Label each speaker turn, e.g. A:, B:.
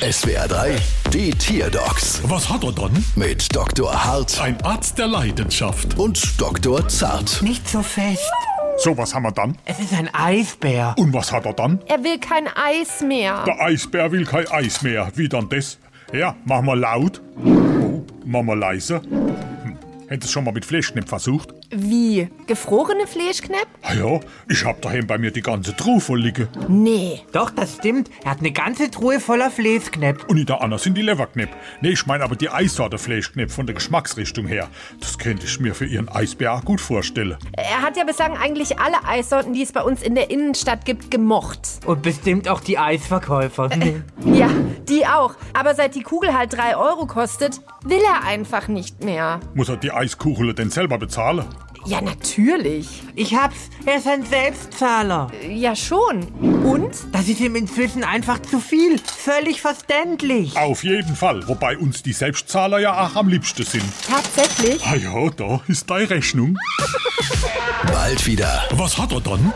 A: SWR 3, die Tierdocs
B: Was hat er dann?
A: mit Dr. Hart
B: Ein Arzt der Leidenschaft.
A: und Dr. Zart.
C: Nicht so fest.
B: So, was haben wir dann?
C: Es ist ein Eisbär.
B: Und was hat er dann?
D: Er will kein Eis mehr.
B: Der Eisbär will kein Eis mehr. Wie dann das? Ja, machen wir laut. Oh, machen wir leise. Hm. Hättest du schon mal mit Fleischknepp versucht?
D: Wie? Gefrorene Fleischknepp?
B: Ah Ja, ich hab daheim bei mir die ganze Truhe voll liegen.
D: Nee.
C: Doch, das stimmt. Er hat eine ganze Truhe voller Fleesknepp.
B: Und in der anderen sind die Leverknepp. Nee, ich meine aber die Eissorte Fleischknepp von der Geschmacksrichtung her. Das könnte ich mir für ihren Eisbär auch gut vorstellen.
D: Er hat ja bislang eigentlich alle Eissorten, die es bei uns in der Innenstadt gibt, gemocht.
C: Und bestimmt auch die Eisverkäufer.
D: Ja, die auch. Aber seit die Kugel halt 3 Euro kostet, will er einfach nicht mehr.
B: Muss er die Eiskuchele denn selber bezahlen?
D: Ja, natürlich.
C: Ich hab's. Er ist ein Selbstzahler.
D: Ja, schon. Und?
C: Das ist ihm inzwischen einfach zu viel. Völlig verständlich.
B: Auf jeden Fall. Wobei uns die Selbstzahler ja auch am liebsten sind.
D: Tatsächlich?
B: Ah ja, da ist deine Rechnung.
A: Bald wieder.
B: Was hat er dann?